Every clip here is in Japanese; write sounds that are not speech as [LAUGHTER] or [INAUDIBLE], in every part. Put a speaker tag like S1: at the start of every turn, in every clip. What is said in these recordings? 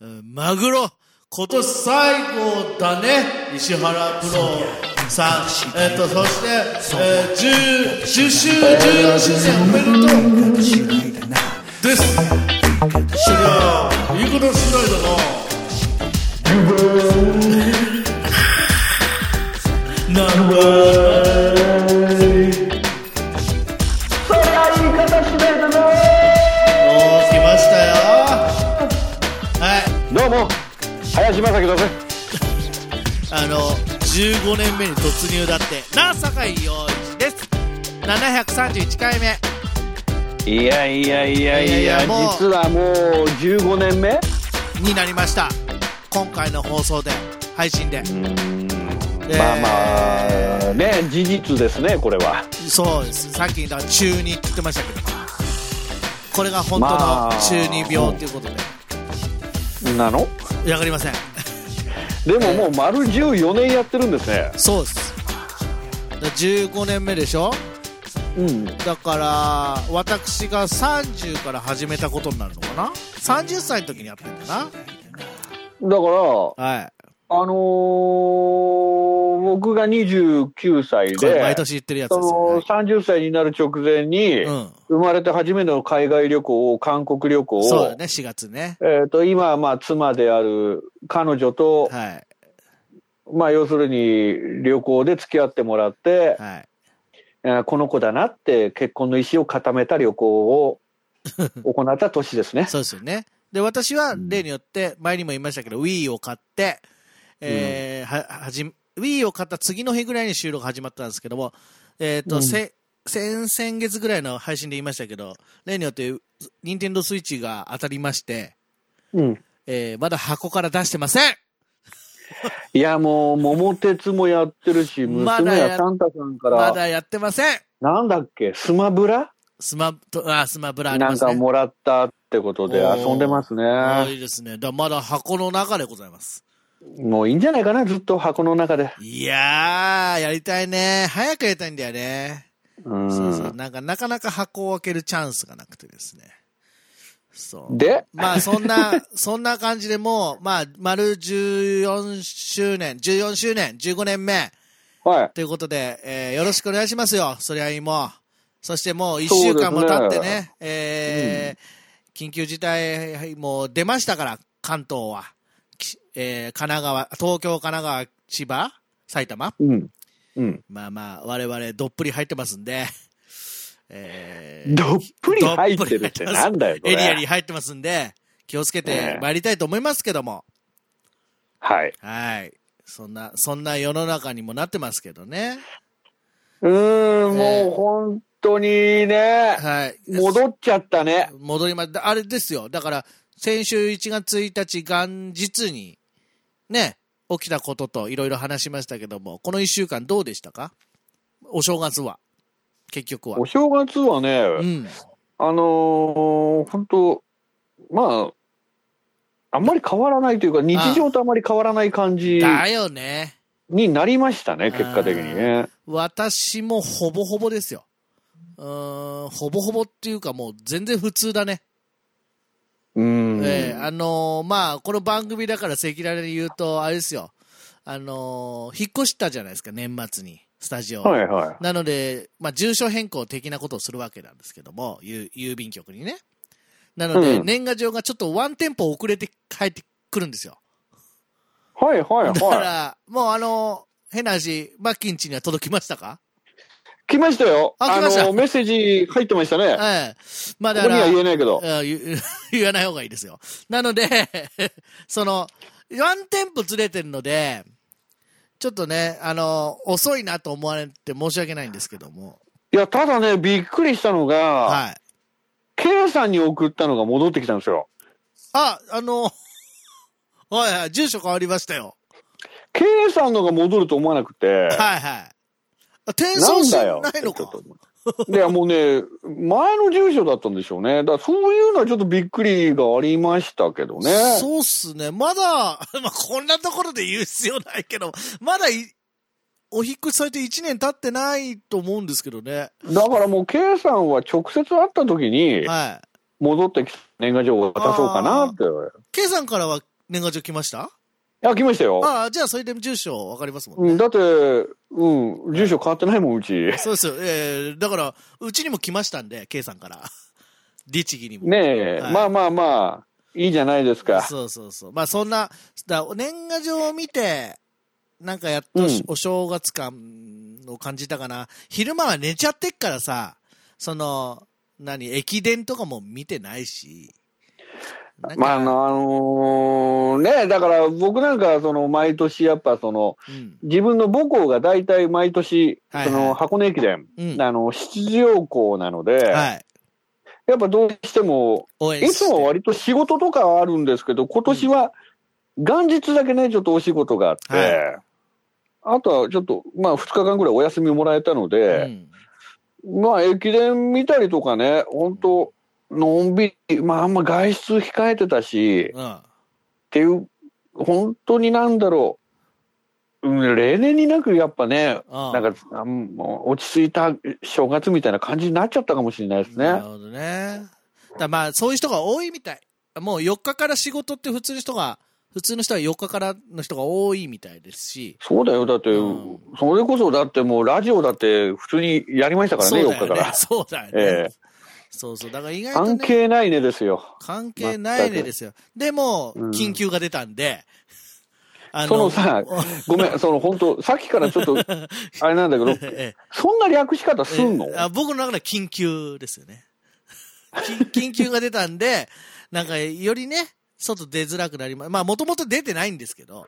S1: うんマグロ、今年最後だね、石原プロさん。えっと、そして、えー、10、10周、14周年おめでとうです。そりゃあ、いいことしないだな。 [LAUGHS] おー、来ましたよ。はい、
S2: どうも林正樹です
S1: あの、15年目に突入だって、なあ、酒井陽一です。731回目。
S2: いやいやいや
S1: いやい
S2: いや
S1: やもう
S2: 実はもう15年目
S1: になりました今回の放送で配信で、えー
S2: まあまあね事実ですねこれは
S1: そうですさっきだから中二って言ってましたけどこれが本当の
S2: まあ
S1: 中二病ということで、
S2: なの
S1: わかりません
S2: でももう丸14年やってるんですね
S1: そうですだから15年目でしょ
S2: うん
S1: だから私が30から始めたことになるのかな30歳の時にやってんだ
S2: だから
S1: なはい
S2: あのー僕が29歳
S1: これ毎
S2: で
S1: 年言ってるやつ
S2: そ
S1: ですよ、
S2: の
S1: ね
S2: 30歳になる直前に、
S1: うん、
S2: 生まれて初めての海外旅行を韓国旅行
S1: そうだ
S2: を、
S1: ね4月ね
S2: えー、と今はまあ妻である彼女と、
S1: はい
S2: まあ要するに旅行で付き合ってもらって、
S1: はい
S2: えーこの子だなって結婚の意思を固めた旅行
S1: [LAUGHS]
S2: を行った年ですね。
S1: そうですよね。で、私は例によって、前にも言いましたけど、Wii を買って、えーは、はじ、Wii を買った次の日ぐらいに収録始まったんですけども、えっ、と、
S2: うん
S1: せ、先々月ぐらいの配信で言いましたけど、例によって、任天堂スイッチが当たりまして、
S2: うん、
S1: えーまだ箱から出してません
S2: いやもう桃鉄もやってるし
S1: まだ
S2: 娘
S1: や
S2: やサンタさんか
S1: ま
S2: ら、
S1: だやってません
S2: なんだっけスマブラ、
S1: スマ、とあ、スマブラあり
S2: な
S1: ま
S2: ん
S1: す
S2: か
S1: ね。
S2: もらったってこと
S1: お
S2: で
S1: ー
S2: 遊んでます
S1: あ
S2: ね。
S1: いいですね。だまだ箱の中でございます。
S2: もういいんじゃないかなずっと箱の中で。
S1: いやー、やりたいね。早くやりたいんだよね。
S2: うん
S1: そうそう。なんか、なかなか箱を開けるチャンスがなくてですね。そう。
S2: で、
S1: まあ、そんな、 [LAUGHS] そんな感じでもう、まあ、丸14周年、14周年、15年目、
S2: はい。
S1: ということで、えーよろしくお願いしますよ。そりゃいいもう。そしてもう1
S2: そう
S1: 週
S2: で
S1: 間
S2: すね
S1: も経ってね、えー緊急事態、はいもう出ましたから、関東は。きえー神奈川、東京、神奈川、千葉、埼玉。
S2: うん。うん。
S1: まあまあ、我々どっぷり入ってますんで、 [LAUGHS] えー
S2: どっぷり入ってるってなんだよ、こ
S1: エ
S2: れ。
S1: リアに入ってますんで、気をつけて参りたいと思いますけども、
S2: はい。
S1: はい。そんな、そんな世の中にもなってますけどね。
S2: うーん、
S1: ね
S2: もう本当にね、
S1: はい。
S2: 戻っちゃったね。
S1: 戻りま、あれですよ。だから、先週1月1日元日に、ね、起きたことといろいろ話しましたけども、この1週間どうでしたかお正月は。結局は
S2: お。正月はね、
S1: うん。
S2: あのー本当、まあ、あんまり変わらないというか、日常とあまり変わらない感じ
S1: だよね。
S2: になりましたね、結果的にね。
S1: 私もほぼほぼですよ。うーん、ほぼほぼっていうかもう全然普通だね。
S2: うん。
S1: ええあのーまあ、この番組だから赤裸々に言うと、あれですよ。あのー引っ越したじゃないですか、年末に、スタジオ。
S2: はいは
S1: なので、まあ、住所変更的なことをするわけなんですけども、郵郵便局にね。なので、
S2: うん
S1: 年賀状がちょっとワンテンポ遅れて帰ってくるんですよ。
S2: い。はいはい
S1: だか
S2: は
S1: ら、もうあのー変な話、マッキンチには届きましたか
S2: い。来ましたよ。
S1: あ
S2: あ
S1: 来ま
S2: の
S1: した
S2: ーメッセージ入ってましたね。
S1: ええまあ、
S2: こ
S1: だ
S2: こ
S1: か
S2: に
S1: ら、
S2: は言えないけど。
S1: あ言 [LAUGHS] 言わない方がいいですよ。なので、 [LAUGHS] その、ワンテンポずれてるので、ちょっとね、あの、遅いなと思われて申し訳ないんですけども。
S2: いや、ただね、びっくりしたのが、
S1: はい。
S2: K さんに送ったのが戻ってきたんですよ。
S1: あ、あの、 [LAUGHS] はいはい、住所変わりましたよ。
S2: K さんのが戻ると思わな
S1: [LAUGHS]
S2: くて。
S1: はいはい。あ転
S2: な
S1: 送
S2: ん
S1: し
S2: だ
S1: な
S2: よ。
S1: いのか。
S2: いや、もうね、前の住所だったんでしょうね。だからそういうのはちょっとびっくりがありましたけどね。
S1: そうっすね。まだ、 [LAUGHS] まあ、こんなところで言う必要ないけど、まだい、お引っ越しされて1年経ってないと思うんですけどね。
S2: だからもう、K さんは直接会った時に、
S1: は
S2: 戻ってきた年賀状を渡そうかなって。
S1: K さんからは年賀状来ました
S2: あ、来ましたよ。
S1: ああ、じゃあそれで住所わかりますもんね。
S2: うんだって、うん、住所変わってないもん、うち。
S1: そうですよ。えー、だから、うちにも来ましたんで、K さんから。 [LAUGHS] 律儀にも。
S2: ねえ、
S1: はい
S2: まあまあまあ、いいじゃないですか。
S1: そうそうそう。まあそんな、だ年賀状を見て、なんかやっとし、お正月感を感じたかな。昼間は寝ちゃってっからさ、その、何、駅伝とかも見てないし。なんか
S2: まあ、あ、の、あのーねえ、だから僕なんか、その、毎年やっぱその、
S1: うん。
S2: 自分の母校が大体毎年、
S1: はいはい
S2: その、箱根駅伝、
S1: うん。
S2: あの、出場校なので、
S1: はい。
S2: やっぱどうしても、
S1: 応援
S2: い
S1: して。
S2: つも割と仕事とかはあるんですけど、今年は元日だけね、ちょっとお仕事があって、あとはちょっと、まあ2日間ぐらいお休みもらえたの
S1: う
S2: で、
S1: ん
S2: まあ駅伝見たりとかね、本当のんびり、まああんま外出控えてたし、っ
S1: うん。
S2: ていう、本当になんだろう、うん例年になくやっぱね、
S1: あ
S2: なんか、あんもう落ち着いた正月みたいな感じになっちゃったかもしれないです
S1: な
S2: ね
S1: る。ほどね。だまあ、そういう人が多いみたい。もう4日から仕事って普通の人が、普通の人は4日からの人が多いみたいですし。
S2: そうだよ。だって、
S1: うん
S2: それこそだってもうラジオだって普通にやりましたからね、
S1: そう
S2: 4
S1: だ
S2: 日
S1: よ
S2: か
S1: ね [LAUGHS]
S2: ら。。
S1: そうだよね。
S2: ええ
S1: そうそう。だから意外と、ね、
S2: 関係ないねですよ。
S1: 関係ないねですよ。でも、
S2: うん
S1: 緊急が出たんで、あ
S2: [LAUGHS] そのさ、 [LAUGHS] ごめ
S1: [LAUGHS]
S2: ん、その本当さっきからちょっと、あれなんだけど、
S1: ええ
S2: そんな略し方すんの
S1: ええあ僕の中では緊急ですよね。緊緊 [LAUGHS] 急が出たんで、なんか、よりね、外出づらくなりままあ、もともと出てないんですけど、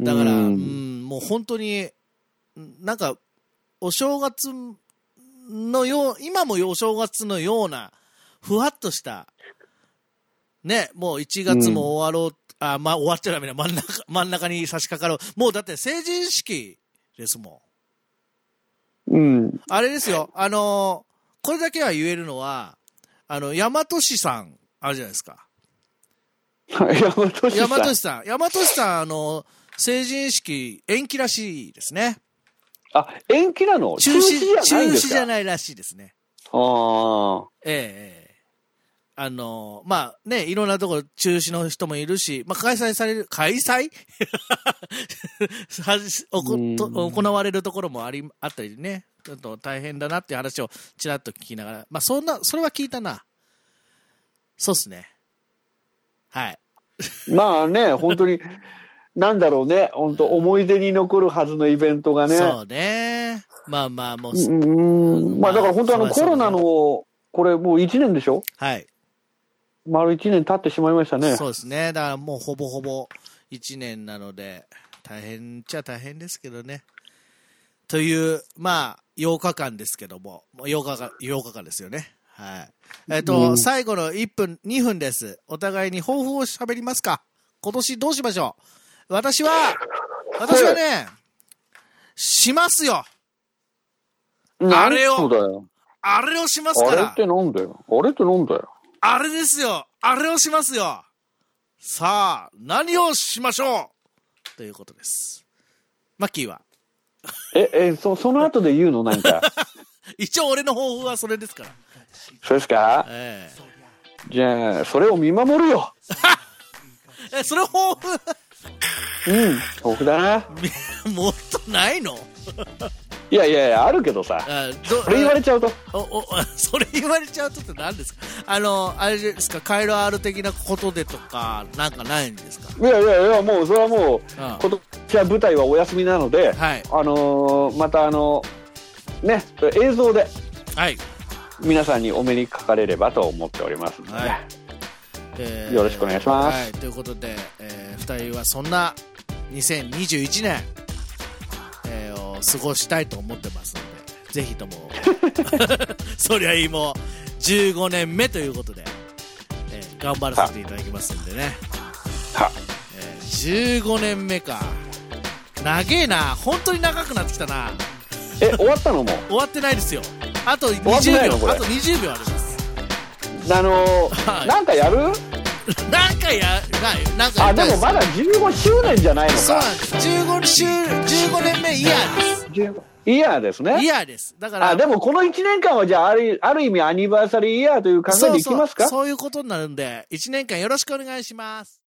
S1: だから、う
S2: うん
S1: ん、もう本当に、なんか、お正月のよう、今もお正月のような、ふわっとした、ね、もう1月も終わろう、あ、まあ終わっちゃダメだ、真ん中、真ん中に差し掛かろう。もうだって成人式ですもん。
S2: うん。
S1: あれですよ、あのーこれだけは言えるのは、あの、大和市さん、あるじゃないですか。
S2: はい大和市
S1: 大和
S2: さん。
S1: 市さん。大和市さん、あの成人式延期らしいですね。
S2: あ、延期なの中止じゃないん
S1: 中
S2: で
S1: 止
S2: す
S1: じ
S2: か
S1: ゃないらしいですね。
S2: あ
S1: ええええあのーまあね、いろんなところ中止の人もいるし、まあ開催される、開催 [LAUGHS] はじおこ
S2: うん
S1: と行われるところもあり、あったりね、ちょっと大変だなっていう話をちらっと聞きながら、まあそんな、それは聞いたな。そうっすね。はい。
S2: あ。まあね、本当に、なんだろうね、本当思い出に残るはずのイベントがね。
S1: そうね。まあまあもう、
S2: うん。まあだから本当あの
S1: まあそ
S2: コ
S1: うだね
S2: ロナの、これもう1年でしょ
S1: はい。
S2: 丸1年経ってしまいましたね。
S1: そうですね。だからもうほぼほぼ1年なので、大変っちゃ大変ですけどね。という、まあ、8日間ですけども、もう8日間、8日間ですよね。はい。えっ、と、
S2: うん
S1: 最後の1分、2分です。お互いに抱負を喋りますか今年どうしましょう私は、私はね、しますよ
S2: なん
S1: あれを
S2: そうだよ。
S1: あれをします
S2: あ
S1: か
S2: れ
S1: ら
S2: ってなんだよ。あれってなんだよ。
S1: あれですよあれをしますよさあ、何をしましょうということです。マッキーは
S2: え、え、そ、その後で言うのなん [LAUGHS] か。
S1: 一応俺の抱負はそれですから。
S2: そうですか
S1: え
S2: じゃあ、それを見守るよ。
S1: ええ、それ抱負
S2: うん、僕だな。
S1: [LAUGHS] もっとないの
S2: いやいやいや、あるけどさ。
S1: あど
S2: それ言われちゃうと。
S1: おお [LAUGHS] それ言われちゃうとって何ですかあの、あれですか、カイロ R 的なことでとか、なんかないんですか
S2: いやいやいや、もう、それはもう、
S1: うん
S2: 今年は舞台はお休みなので、
S1: はい。
S2: あのーまたあのーね、映像で
S1: はい。
S2: 皆さんにお目にかかれればと思っておりますのでね。
S1: はいえ
S2: よろしくお願いします
S1: はい、ということで、え2人はそんな2021年、えーを過ごしたいと思ってますのでぜひとも
S2: [LAUGHS]
S1: そりゃいいも15年目ということで、えー頑張らせていただきますんでね、
S2: は
S1: えー15年目か長えな本当に長くなってきたな
S2: え、終わったのもう
S1: 終わってないですよあと
S2: わってな
S1: 20
S2: いの
S1: 秒
S2: これ
S1: あと20秒あります
S2: あの [LAUGHS] ー
S1: はい
S2: なんかやる
S1: なんかやないなんかや
S2: あ、
S1: り
S2: で
S1: たい
S2: も
S1: す
S2: まだ15周年じゃないの
S1: そう
S2: か
S1: な。んです。15週、15年目イヤーです。
S2: 15イヤーです
S1: イ
S2: ね。
S1: ヤーです。だから、
S2: あ、でもこの1年間はじゃあ、あるある意味アニバーサリーイヤーという考えでいきます
S1: そ
S2: か
S1: うそうそういうことになるんで、1年間よろしくお願いします。